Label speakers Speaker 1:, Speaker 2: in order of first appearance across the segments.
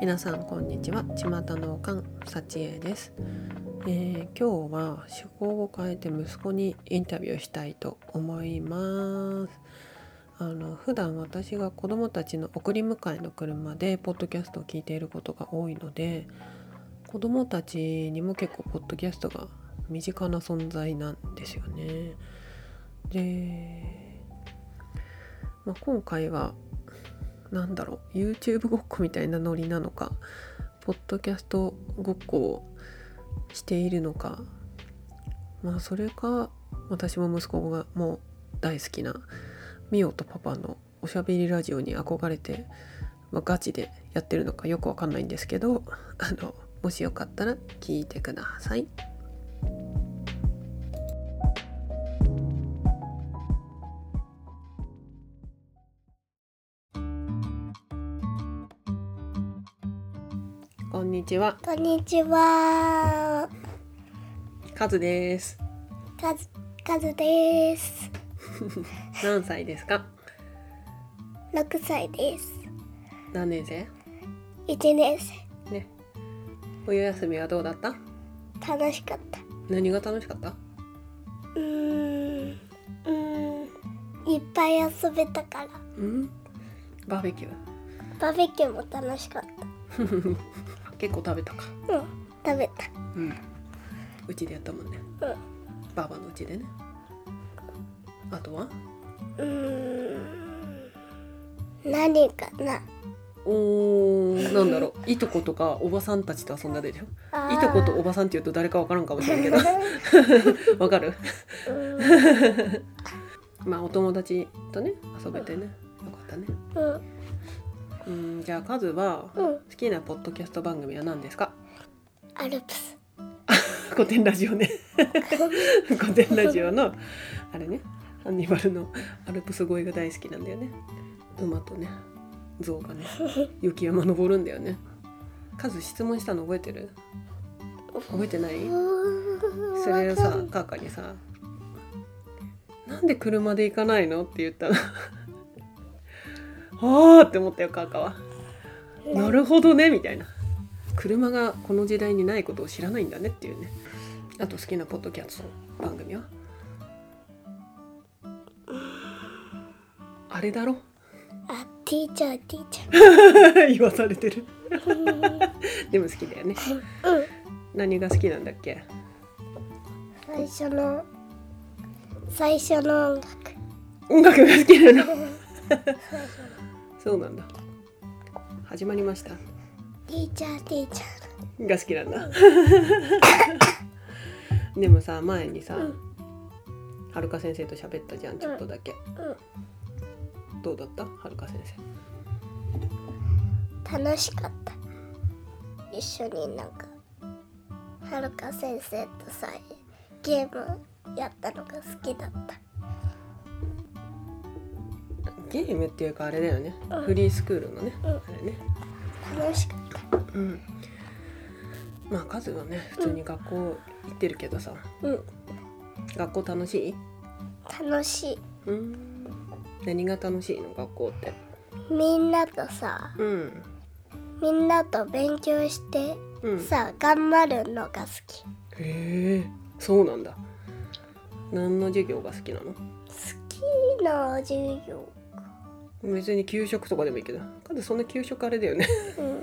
Speaker 1: 皆さんこんにちは巷のおかん幸恵です、えー今日は趣向を変えて息子にインタビューしたいと思いますあの普段私が子供たちの送り迎えの車でポッドキャストを聞いていることが多いので子供たちにも結構ポッドキャストが身近な存在なんですよねで、まあ、今回はなんだろう YouTube ごっこみたいなノリなのかポッドキャストごっこをしているのかまあそれか私も息子がもう大好きなミオとパパのおしゃべりラジオに憧れて、まあ、ガチでやってるのかよくわかんないんですけどあのもしよかったら聞いてください。こんにちは、
Speaker 2: こんにちは。
Speaker 1: カズです。
Speaker 2: かず、かずです。
Speaker 1: 何歳ですか？
Speaker 2: 六歳です。
Speaker 1: 何年生？
Speaker 2: 一年生。
Speaker 1: ね。冬休みはどうだった？
Speaker 2: 楽しかった。
Speaker 1: 何が楽しかった？
Speaker 2: うーん。うーん。いっぱい遊べたから。
Speaker 1: うん。バーベキュー。
Speaker 2: バーベキューも楽しかっ
Speaker 1: 結構食べたか。
Speaker 2: た。うん。食べ
Speaker 1: うん。うちでやったもんね。
Speaker 2: た。うん。
Speaker 1: ばあばのうちでね。あとは？
Speaker 2: うーん。何かな。
Speaker 1: おー、なんだろう。いとことかおばさんたちと遊んだでしょ。
Speaker 2: あー
Speaker 1: いとことおばさんって言うと誰かわからんかもしれんけ ど。わかる？
Speaker 2: うん。
Speaker 1: まあお友達とね遊べてね。よかったね。
Speaker 2: うん。
Speaker 1: うん。じゃあカズは
Speaker 2: うん
Speaker 1: 好きなポッドキャスト番組は何ですか？
Speaker 2: アルプス。
Speaker 1: 古典ラジオね古典ラジオのあれねアンニバルのアルプス越えが大好きなんだよね馬とね象が ね雪山登るんだよねカズ質問したの覚えてる覚えてない それを
Speaker 2: わか
Speaker 1: さ
Speaker 2: ん
Speaker 1: カーカにさ「なんで車で行かないの?」って言ったの あーって思ったよカーカは。なるほどねみたいな車がこの時代にないことを知らないんだねっていうねあと好きなポッドキャスト番組はあれだろ
Speaker 2: あ、ティーチャー、ティーチャ
Speaker 1: 言わされてる
Speaker 2: ー。
Speaker 1: でも好きだよね
Speaker 2: うん。
Speaker 1: 何が好きなんだっけ
Speaker 2: 最初の最初の
Speaker 1: 音
Speaker 2: 音楽
Speaker 1: 楽が好きなの そうなんだ始まりました
Speaker 2: ティーチャーティーチ
Speaker 1: が好きなんだ でもさ前にさ、
Speaker 2: うん
Speaker 1: はるか先生と喋ったじゃんちょっとだけ、
Speaker 2: ャー、
Speaker 1: どうだったはるか先生
Speaker 2: うん、楽しかった一緒になんかはるか先生とさゲームやったのが好きだった
Speaker 1: ゲームっていうかあれだよね、
Speaker 2: うん
Speaker 1: フリースクールのね、
Speaker 2: うん
Speaker 1: あれね
Speaker 2: 楽しかった
Speaker 1: うんまあカズはね普通に学校行ってるけどさ、
Speaker 2: うん
Speaker 1: 学校楽しい
Speaker 2: 楽しい
Speaker 1: うん何が楽しいの学校って
Speaker 2: みんなとさ
Speaker 1: うん
Speaker 2: みんなと勉強して
Speaker 1: うんへ
Speaker 2: さ頑張るのが好き好
Speaker 1: えそうなんだ何の授業が好きなの
Speaker 2: きな授業
Speaker 1: 別に給食とかでもいいけどカズそんな給食あれだよね
Speaker 2: うん、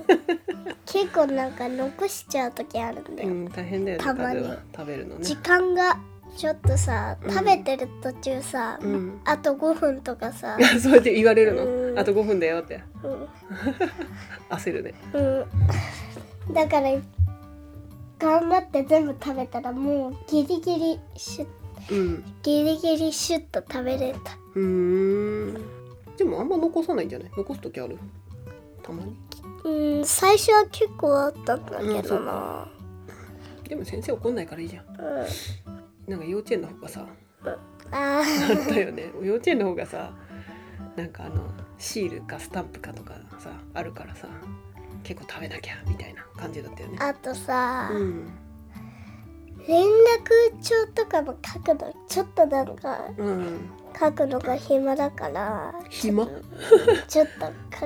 Speaker 2: 結構なんか残しちゃう時あるんだ
Speaker 1: う
Speaker 2: よ、
Speaker 1: ん大変だよね
Speaker 2: たま
Speaker 1: カズ
Speaker 2: に
Speaker 1: は食べるのね
Speaker 2: 時間がちょっとさ
Speaker 1: うん
Speaker 2: 食べてる途中さ、
Speaker 1: うん
Speaker 2: あと5分とかさ
Speaker 1: そうやって言われる
Speaker 2: うん
Speaker 1: のあと5分だよって
Speaker 2: うん、
Speaker 1: 焦るね
Speaker 2: うん、だから頑張って全部食べたらもうギリギリシュッ
Speaker 1: うん
Speaker 2: ギリギリシュッと食べれた
Speaker 1: うーんでもあんま残さないんじゃない残す時あるたまに
Speaker 2: うん最初は結構あったんだけどな、
Speaker 1: でも先生怒んないからいいじゃん
Speaker 2: うん
Speaker 1: なんか幼稚園の方が さ
Speaker 2: あ
Speaker 1: あ
Speaker 2: ー
Speaker 1: ったよね幼稚園の方がさなんかあのシールかスタンプかとかさあるからさ結構食べなきゃみたいな感じだったよね
Speaker 2: あとさ、
Speaker 1: うん
Speaker 2: 連絡帳とかも書くのちょっとなんか
Speaker 1: うん
Speaker 2: 書くのが暇だから
Speaker 1: 暇
Speaker 2: ちょっとか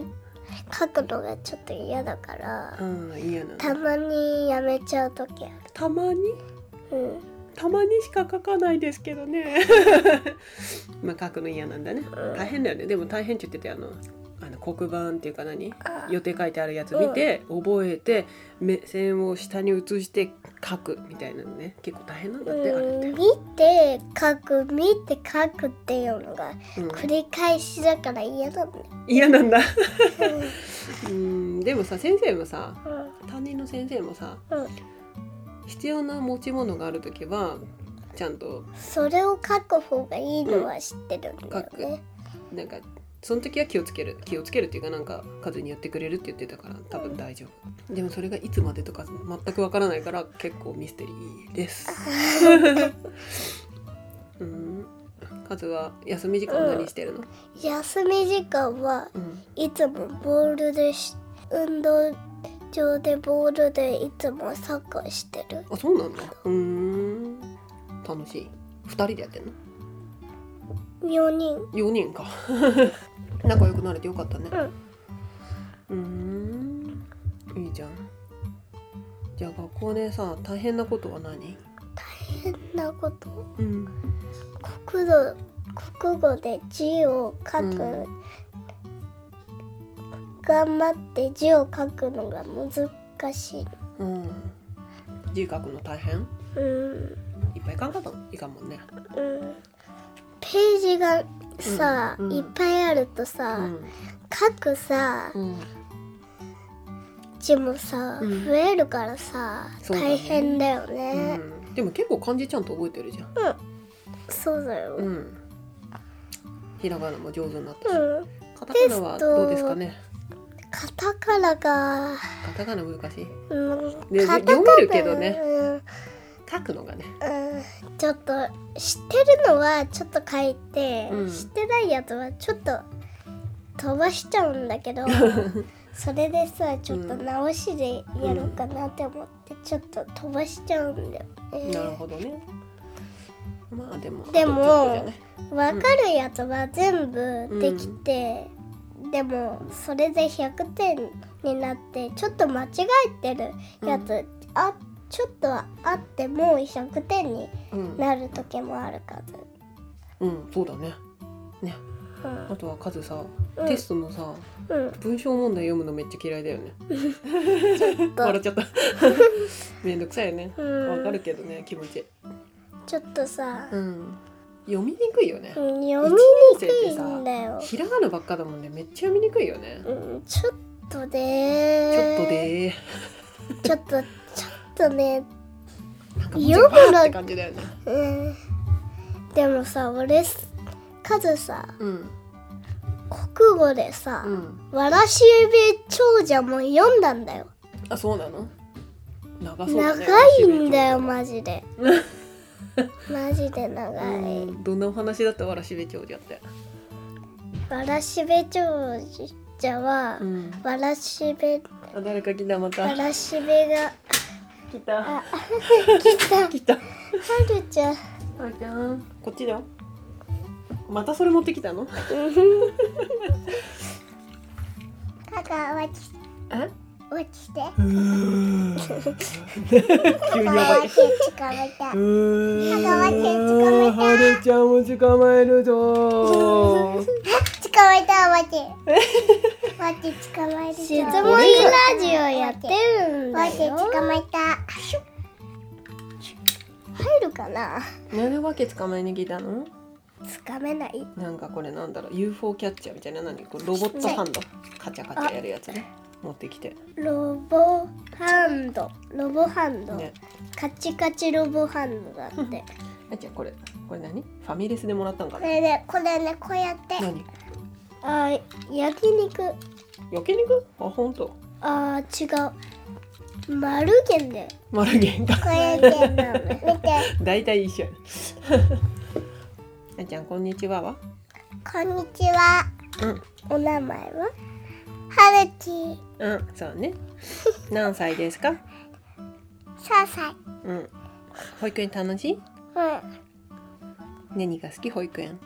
Speaker 2: 書くのがちょっと嫌だから
Speaker 1: うん嫌な
Speaker 2: たまにやめちゃう時あ
Speaker 1: たまに
Speaker 2: るうん
Speaker 1: たまにしか書かないですけどね まあ書くの嫌なんだね大変だよねでも大変って言っててあのあの黒板っていうか何
Speaker 2: あ
Speaker 1: 予定書いてあるやつ見て、覚えて目線を下に移して書くみたいなのね結構大変なんだって、あれ
Speaker 2: う
Speaker 1: っ
Speaker 2: ん見て書く見て書くっていうのが
Speaker 1: て、うん
Speaker 2: 繰り返しだから嫌なんだよ、
Speaker 1: 嫌なんだ
Speaker 2: うん
Speaker 1: うんでもさ先生もさ
Speaker 2: うん
Speaker 1: 担任の先生もさ
Speaker 2: うん、
Speaker 1: 必要な持ち物がある時はちゃんと
Speaker 2: それを書く方がいいのは知ってるんだよね。
Speaker 1: なんかその時は気をつける気をつけるっていうかなんか数にやってくれるって言ってたから多分大丈夫でもそれがいつまでとか全くわからないから結構ミステリーですうんカズは休み時間何してるの、
Speaker 2: 休み時間は
Speaker 1: うん
Speaker 2: いつもボールでし運動場でボールでいつもサッカーしてる。
Speaker 1: あそうなんだうーん楽しい2人でやってんの
Speaker 2: 4人。
Speaker 1: 4人か仲良くなれてよかったねうんーんいいじゃんじゃあ学校でさ大変なことは何
Speaker 2: 変なこと。
Speaker 1: うん
Speaker 2: 国語国語で字を書く。
Speaker 1: う
Speaker 2: 頑張って字を書くのが難しい。
Speaker 1: うん字書くの大変
Speaker 2: うん。
Speaker 1: いっぱい書かんといかんもんね
Speaker 2: うん。ページがさ、
Speaker 1: うんうん
Speaker 2: いっぱいあるとさ、書くさ
Speaker 1: うん
Speaker 2: 字もさ、
Speaker 1: うん
Speaker 2: 増えるからさ、
Speaker 1: そうだね
Speaker 2: 大変だよ
Speaker 1: う
Speaker 2: ね、
Speaker 1: んでも結構漢字ちゃんと覚えてるじゃん
Speaker 2: そうだよ、うん
Speaker 1: うんひらがなも上手になったしカタカナは
Speaker 2: テスト
Speaker 1: どうですかね
Speaker 2: カタカナが、
Speaker 1: カタカナ難しい
Speaker 2: うん
Speaker 1: ね
Speaker 2: カタカナ
Speaker 1: 読めるけどね
Speaker 2: うん
Speaker 1: 書くのがね
Speaker 2: うんちょっと知ってるのはちょっと書いて、
Speaker 1: うん
Speaker 2: 知ってないやつはちょっと飛ばしちゃうんだけ どそれでさちょっと直しでやろうかなって思って、ちょっと飛ばしちゃうんだよね。
Speaker 1: なるほどねまあでも
Speaker 2: でも
Speaker 1: あとちょっとじゃない
Speaker 2: わかるやつは全部できて、でもそれで100点になってちょっと間違えてるやつ、あちょっとはあってもう100点に
Speaker 1: うん
Speaker 2: なる時もあるか
Speaker 1: うんそうだねね
Speaker 2: ら。
Speaker 1: あとはカズさ
Speaker 2: うん
Speaker 1: テストのさ
Speaker 2: うん、うん、
Speaker 1: 文章問題読むのめっちゃ嫌いだよね
Speaker 2: と
Speaker 1: 笑っちゃった めんどくさいよね
Speaker 2: うん
Speaker 1: わかるけどね気持ち
Speaker 2: ちょっとさ、
Speaker 1: うん、読みにくいよね
Speaker 2: う。ん、読
Speaker 1: 一年
Speaker 2: み
Speaker 1: 生って
Speaker 2: にくいん
Speaker 1: さ
Speaker 2: だよ、
Speaker 1: ひらがなばっかだもんね、めっちゃ読みにくいよね。
Speaker 2: うん、ちょっと
Speaker 1: ちょっと
Speaker 2: ね
Speaker 1: で
Speaker 2: ちょっとちょっとね
Speaker 1: ー、なんか文字がバーって感じだよね。
Speaker 2: うんでもさ俺カズさ
Speaker 1: うん、
Speaker 2: 国語でさ、
Speaker 1: うん、
Speaker 2: わらしべ長者も読んだんだよ。
Speaker 1: あ、そうなの。長そうだね。
Speaker 2: 長いんだ
Speaker 1: わら
Speaker 2: よ、マジで。 マジで長
Speaker 1: しべ長者
Speaker 2: い。
Speaker 1: うんどんなお話だったわらしべ長者って。
Speaker 2: わらしべ長者は、
Speaker 1: ん、
Speaker 2: わらしべ、
Speaker 1: あ、誰か来た、ま
Speaker 2: わ
Speaker 1: た。
Speaker 2: らしべが、
Speaker 1: 来た。
Speaker 2: あ、 来た。は
Speaker 1: 来た。
Speaker 2: るちゃん。
Speaker 1: あちゃん、こっちだよ。またそれ持ってきたの。
Speaker 2: カカ、わち、
Speaker 1: え。
Speaker 2: わちて。
Speaker 1: うーん急に
Speaker 2: カ
Speaker 1: やば
Speaker 2: カ
Speaker 1: い
Speaker 2: わ。ち、つかめた。
Speaker 1: う
Speaker 2: わち
Speaker 1: ーんはるちゃんを捕まえるぞー
Speaker 2: つかめた、わ ち。わち、つかまえる。質問いいラジオやってるんだよ。わち、つかまえた。入るかな。
Speaker 1: なんでわけ捕まえに来たの
Speaker 2: つかめない。
Speaker 1: なんかこれなんだろう UFO キャッチャーみたいな何これロボットハンドカチャカチャやるやつね持ってきて
Speaker 2: ロボハンド、ロボハンド、
Speaker 1: ね
Speaker 2: カチカチロボハンドだって。
Speaker 1: あちゃんこれこれ何ファミレスでもらったんか
Speaker 2: こ
Speaker 1: な
Speaker 2: れで、これね、こうやって、
Speaker 1: 何
Speaker 2: あー、焼肉、
Speaker 1: 焼肉あ本当
Speaker 2: あー、違う。丸源だよ。
Speaker 1: 丸源か
Speaker 2: これで、見て、
Speaker 1: 大体一緒や あちゃんこんにちはは
Speaker 2: こんにちは。
Speaker 1: うん
Speaker 2: お名前は。はるち、
Speaker 1: うんそうね何歳ですか
Speaker 2: 三歳。
Speaker 1: うん保育園楽しい
Speaker 2: うん。
Speaker 1: 何が好き保育園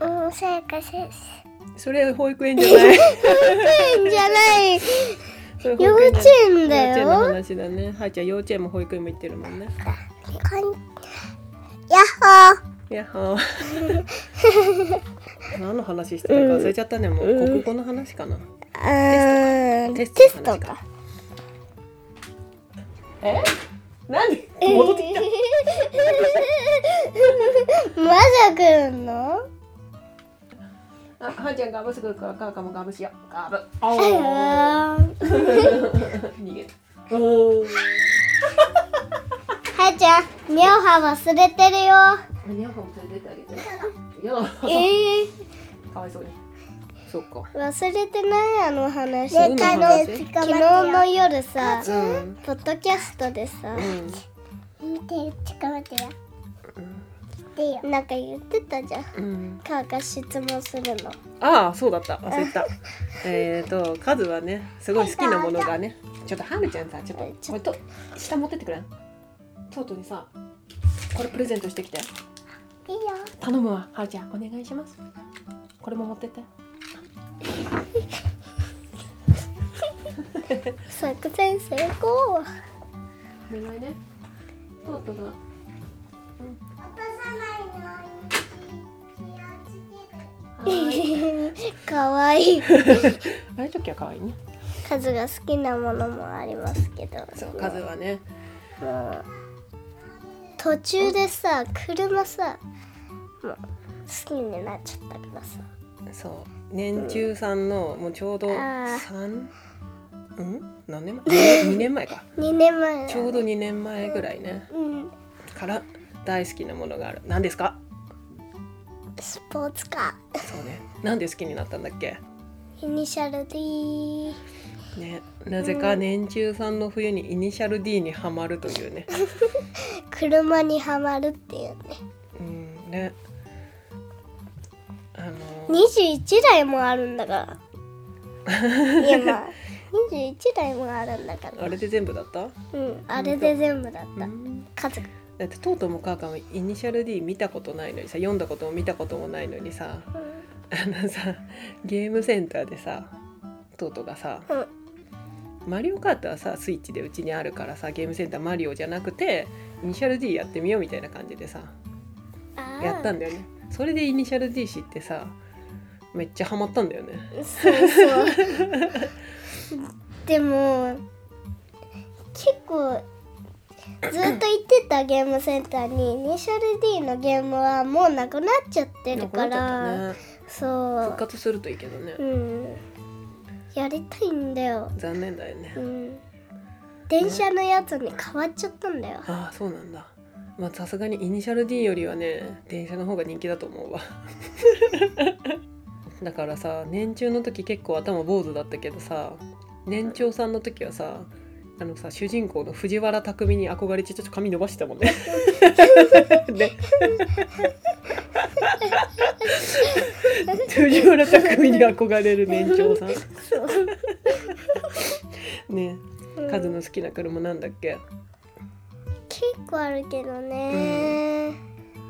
Speaker 2: うん、さやか先生。
Speaker 1: それ保育園じゃない。
Speaker 2: じゃない
Speaker 1: それ保
Speaker 2: 幼
Speaker 1: 育園
Speaker 2: 稚
Speaker 1: じゃない
Speaker 2: 園だ
Speaker 1: 幼稚園の
Speaker 2: よ
Speaker 1: 話だね。はい、じゃあ幼稚園も保育園も行ってるもんね。
Speaker 2: こんやっほ
Speaker 1: いやっほ ー何の話してたか忘れちゃったね。もう国語の話かな。
Speaker 2: ーうーん
Speaker 1: テ
Speaker 2: テ
Speaker 1: ス
Speaker 2: ス
Speaker 1: トの
Speaker 2: ト
Speaker 1: 話か
Speaker 2: か
Speaker 1: え？何？戻ってきた。
Speaker 2: まだ来るの
Speaker 1: あ、はーちゃんガブすくからかかもガブしよう。ガブ。おー。
Speaker 2: は
Speaker 1: 逃げる。おー。
Speaker 2: やちゃんミャオハ忘れてるよ
Speaker 1: ヤホン連れてってあげて。いや、
Speaker 2: ええ
Speaker 1: かわいそうに。そうか。
Speaker 2: 忘れてないあの話
Speaker 1: ね
Speaker 2: 昨
Speaker 1: カ
Speaker 2: 日
Speaker 1: ヌー
Speaker 2: 昨日の夜さ
Speaker 1: うん。
Speaker 2: ポッドキャストでさ
Speaker 1: うん。
Speaker 2: 見て近まってよなんか言ってたじゃん
Speaker 1: うん、
Speaker 2: カーが質問するの
Speaker 1: ああそうだった忘れてたえっとカズはねすごい好きなものがねちょっとハムちゃんさちょっとこれと下持ってってくれんトートにさこれプレゼントしてきて
Speaker 2: いいよ
Speaker 1: 頼むわハルちゃんお願いしますこれも持ってって
Speaker 2: 作戦成
Speaker 1: お
Speaker 2: 功
Speaker 1: 願いねトートが
Speaker 2: かわいい
Speaker 1: ああいう時は可愛いね
Speaker 2: カズが好きなものもありますけど
Speaker 1: そうカズはね
Speaker 2: もう途中でさ車さもう好きになっちゃったからさ
Speaker 1: そう年中さんのもうちょうど
Speaker 2: あー
Speaker 1: 三うん何年前 二年前か
Speaker 2: 2年前だ
Speaker 1: ちょうど2年前ぐらいね
Speaker 2: うん
Speaker 1: から大好きなものがある何ですか
Speaker 2: スポーツカ
Speaker 1: そうねなんで好きになったんだっけ
Speaker 2: ーイニシャル D
Speaker 1: ねなぜか年中さんの冬にイニシャル D にはまるというね
Speaker 2: 車にはまるっていうね
Speaker 1: うんねあの
Speaker 2: 21台もあるんだからいやまあ21台もあるんだから
Speaker 1: あれで全部だった、
Speaker 2: うんあれで全部だった数が
Speaker 1: だってとうとうもかあかもイニシャル D 見たことないのにさ読んだことも見たこともないのにさあのさゲームセンターでさトートがさ、
Speaker 2: うん
Speaker 1: マリオカートはさスイッチでうちにあるからさゲームセンターマリオじゃなくてイニシャル D やってみようみたいな感じでさ
Speaker 2: あー
Speaker 1: やったんだよねそれでイニシャル D 知ってさめっちゃハマったんだよね
Speaker 2: そうそう でも結構ずっと行ってたゲームセンターにイニシャル D のゲームはもうなくなっちゃってる
Speaker 1: な
Speaker 2: か
Speaker 1: くなっち
Speaker 2: ら、
Speaker 1: ゃったね
Speaker 2: そう
Speaker 1: 復活するといいけどね
Speaker 2: うんやりたいんだよ
Speaker 1: 残念だよね
Speaker 2: うん電車のやつに変わっちゃったんだよ
Speaker 1: ああそうなんだまあさすがにイニシャル D よりはね電車の方が人気だと思うわ だからさ年中の時結構頭坊主だったけどさ年長さんの時はさあのさ主人公の藤原匠に憧れてちょっと髪伸ばしてたもんね。ね藤原匠に憧れる年長さん。ね
Speaker 2: うん
Speaker 1: カズの好きな車なんだっけ
Speaker 2: 結構あるけどね、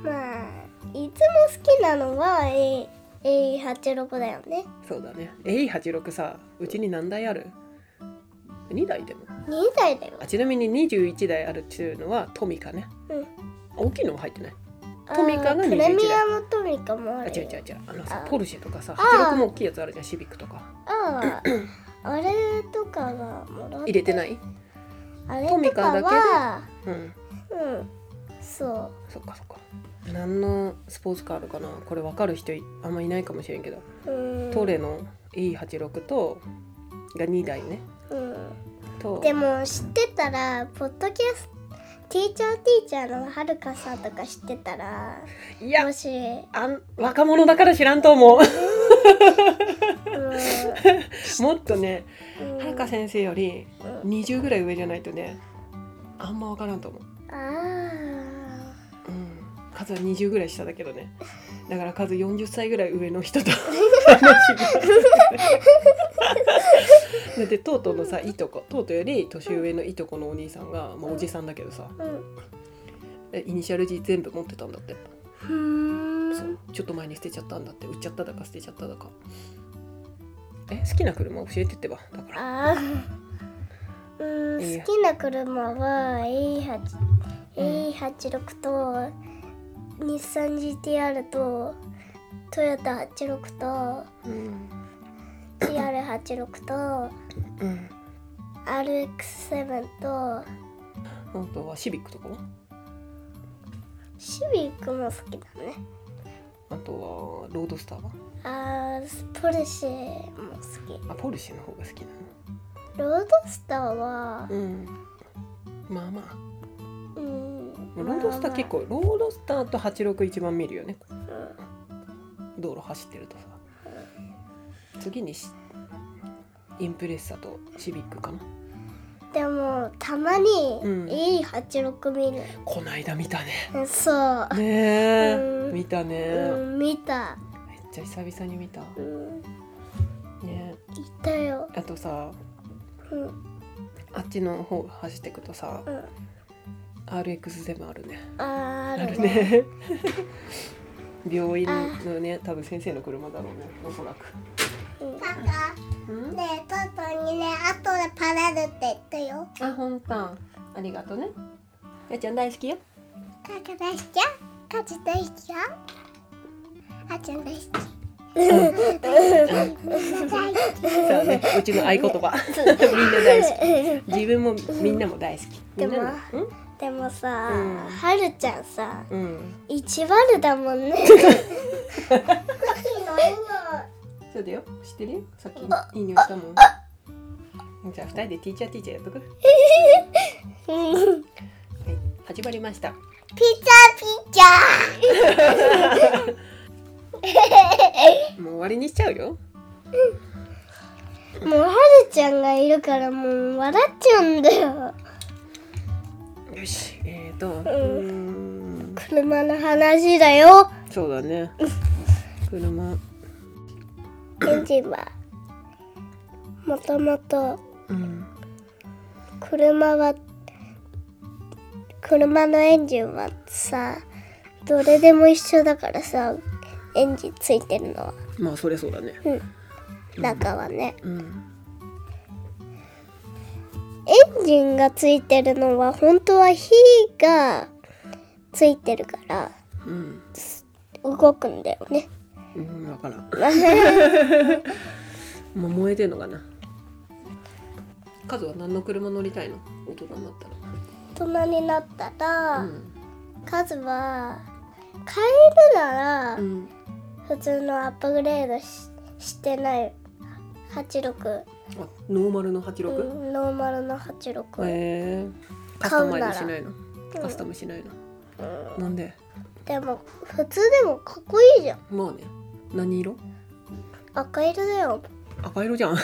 Speaker 2: まあいつも好きなのは A- A86 だよね
Speaker 1: そうだね A86 さうちに何台ある ?2 台でも
Speaker 2: 2台だよ
Speaker 1: あちなみに21台あるっていうのはトミカね、
Speaker 2: うん
Speaker 1: 大きいのも入ってない
Speaker 2: あー
Speaker 1: トミカが21
Speaker 2: プレミアムトミカもあ
Speaker 1: あ
Speaker 2: る
Speaker 1: 違う
Speaker 2: よ
Speaker 1: 違う違うあのさ
Speaker 2: あ
Speaker 1: ポルシェとかさ
Speaker 2: あー
Speaker 1: 86も大きいやつあるじゃんシビックとか
Speaker 2: あーあれとかがもらっ
Speaker 1: 入れてない
Speaker 2: あれ
Speaker 1: トミ
Speaker 2: とか
Speaker 1: カだけで
Speaker 2: は
Speaker 1: うん
Speaker 2: うんそう
Speaker 1: そっかそっか何のスポーツカーあるかなこれ分かる人いあんまいないかもしれんけど、
Speaker 2: うん
Speaker 1: トレの E86 とが2台ね
Speaker 2: うん、
Speaker 1: と
Speaker 2: でも知ってたらポッドキャストティーチャーティーチャーのはるかさんとか知ってたら
Speaker 1: いや
Speaker 2: もし、う
Speaker 1: あん若者だから知らんと思う
Speaker 2: ん
Speaker 1: もっとね
Speaker 2: うん、
Speaker 1: はるか先生より
Speaker 2: うん
Speaker 1: 20ぐらい上じゃないとねあんま分からんと思う、
Speaker 2: あ
Speaker 1: うん、数は20ぐらい下だけどねだから数40歳ぐらい上の人と話がだってとうとうのさいとことうとうより年上のいとこのお兄さんが、まあ、おじさんだけどさ
Speaker 2: ー
Speaker 1: えイニシャル G 全部持ってたんだって
Speaker 2: うん。
Speaker 1: そうちょっと前に捨てちゃったんだって売っちゃっただか捨てちゃっただかえ好きな車教えてってばだから
Speaker 2: あーう
Speaker 1: いい
Speaker 2: ん
Speaker 1: や
Speaker 2: 好きな車は A8 A86 と日産 GTR とトヨタ86と
Speaker 1: うん、
Speaker 2: TR86 と
Speaker 1: うん
Speaker 2: RX7 と
Speaker 1: あとはシビックとかは
Speaker 2: シビックも好きだね
Speaker 1: あとはロードスターは
Speaker 2: あーポルシェも好き
Speaker 1: あポルシェの方が好きな
Speaker 2: ロードスターは
Speaker 1: のうんまあまあ
Speaker 2: うん
Speaker 1: ロードスター結構ロードスターと86一番見るよね
Speaker 2: まあまあ
Speaker 1: 道路走ってるとさ次にしインプレッサとシビックかな
Speaker 2: うんでもたま
Speaker 1: うん
Speaker 2: に E86 見る、
Speaker 1: こないだ見たね
Speaker 2: そう、
Speaker 1: ねえ
Speaker 2: うん
Speaker 1: 見たね、
Speaker 2: うん、見た、
Speaker 1: めっちゃ久々に見た
Speaker 2: うん、
Speaker 1: ね
Speaker 2: いたよ、
Speaker 1: あとさ
Speaker 2: うん
Speaker 1: あっちの方走ってくとさ
Speaker 2: う
Speaker 1: RX7 あるね
Speaker 2: ん、あ
Speaker 1: あ
Speaker 2: ーあ
Speaker 1: る
Speaker 2: るね
Speaker 1: ね 病院のね多分先生の車だろうねおそらく
Speaker 2: うん
Speaker 3: パパ
Speaker 1: うん
Speaker 3: ねえパパにね後でパラるって言ったよ
Speaker 1: あ本当ありがとうねやちゃん大好きよ
Speaker 3: カカ大好きやカチ大好きやあちゃん大好き大好き
Speaker 1: そうね、うちの合言 葉みんな大好き自分もみんなも大好きみ
Speaker 2: で
Speaker 1: ん
Speaker 2: も
Speaker 1: なの
Speaker 2: でもさ、
Speaker 1: うん
Speaker 2: はるちゃんさ
Speaker 1: うん、うん、
Speaker 2: 一悪だもんね
Speaker 1: そうだよ知ってるよさっきいい匂いしたもんじゃあ二人でティーチャーティーチャーやっとくは
Speaker 2: うん
Speaker 1: い始まりました
Speaker 3: ピザピザ
Speaker 1: もう終わりにしちゃうよ
Speaker 2: もうはるちゃんがいるからもう笑っちゃうんだよ
Speaker 1: よしえーとうーん
Speaker 2: 車の話だよ
Speaker 1: そうだね車
Speaker 2: エンジンはもともと
Speaker 1: うん
Speaker 2: 車は車のエンジンはさどれでも一緒だからさエンジンついてるのは
Speaker 1: まあそれそうだね
Speaker 2: 中はね
Speaker 1: うん
Speaker 2: エンジンがついてるのは本当は火がついてるから
Speaker 1: うん
Speaker 2: 動くんだよね
Speaker 1: うんわからん もう燃えてんのかなカズは何の車乗りたいの大人になったら
Speaker 2: 大人になったら、
Speaker 1: うん
Speaker 2: カズは買えるなら、
Speaker 1: うん
Speaker 2: 普通のアップグレードししてない86、
Speaker 1: あノーマルの86、
Speaker 2: う
Speaker 1: 六
Speaker 2: んノーマルの86、
Speaker 1: えー、カスタマイズしないのカスタムしないの、なんで
Speaker 2: でも普通でもかっこいいじゃん
Speaker 1: まあね何色
Speaker 2: 赤色だよ
Speaker 1: 赤色じゃん
Speaker 2: 86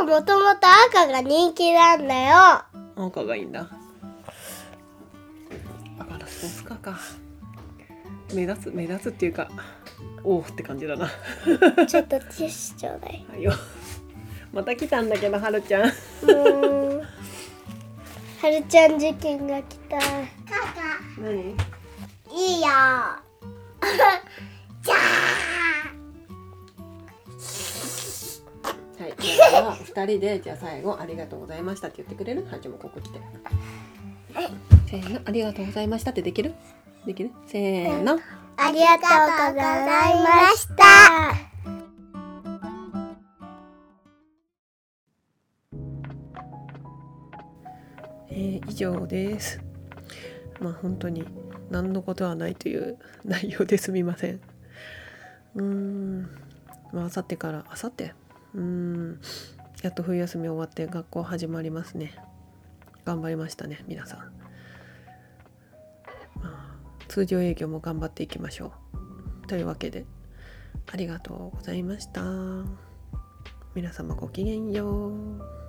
Speaker 2: はもともと赤が人気なんだよ
Speaker 1: 赤がいいんだあまだスポーツカーか目立つ目立つっていうかおおって感じだな
Speaker 2: ちょっとティッシュちょうだい
Speaker 1: はいよまた来たんだけどはるちゃん
Speaker 2: もうはるちゃん事件が来た
Speaker 3: カカ
Speaker 1: 何
Speaker 3: いいよじゃあ
Speaker 1: はい、じゃあ2人でじゃあ最後「ありがとうございました」って言ってくれるはいじゃあもうここ来てせーの「ありがとうございました」ってできるできるせーの
Speaker 2: ありがとうございました
Speaker 1: えー以上です。まあ本当に何のことはないという内容ですみません。うーん、まあ明後日から明後日うーん、やっと冬休み終わって学校始まりますね。頑張りましたね皆さん。まあ通常営業も頑張っていきましょう。というわけでありがとうございました。皆様ごきげんよう。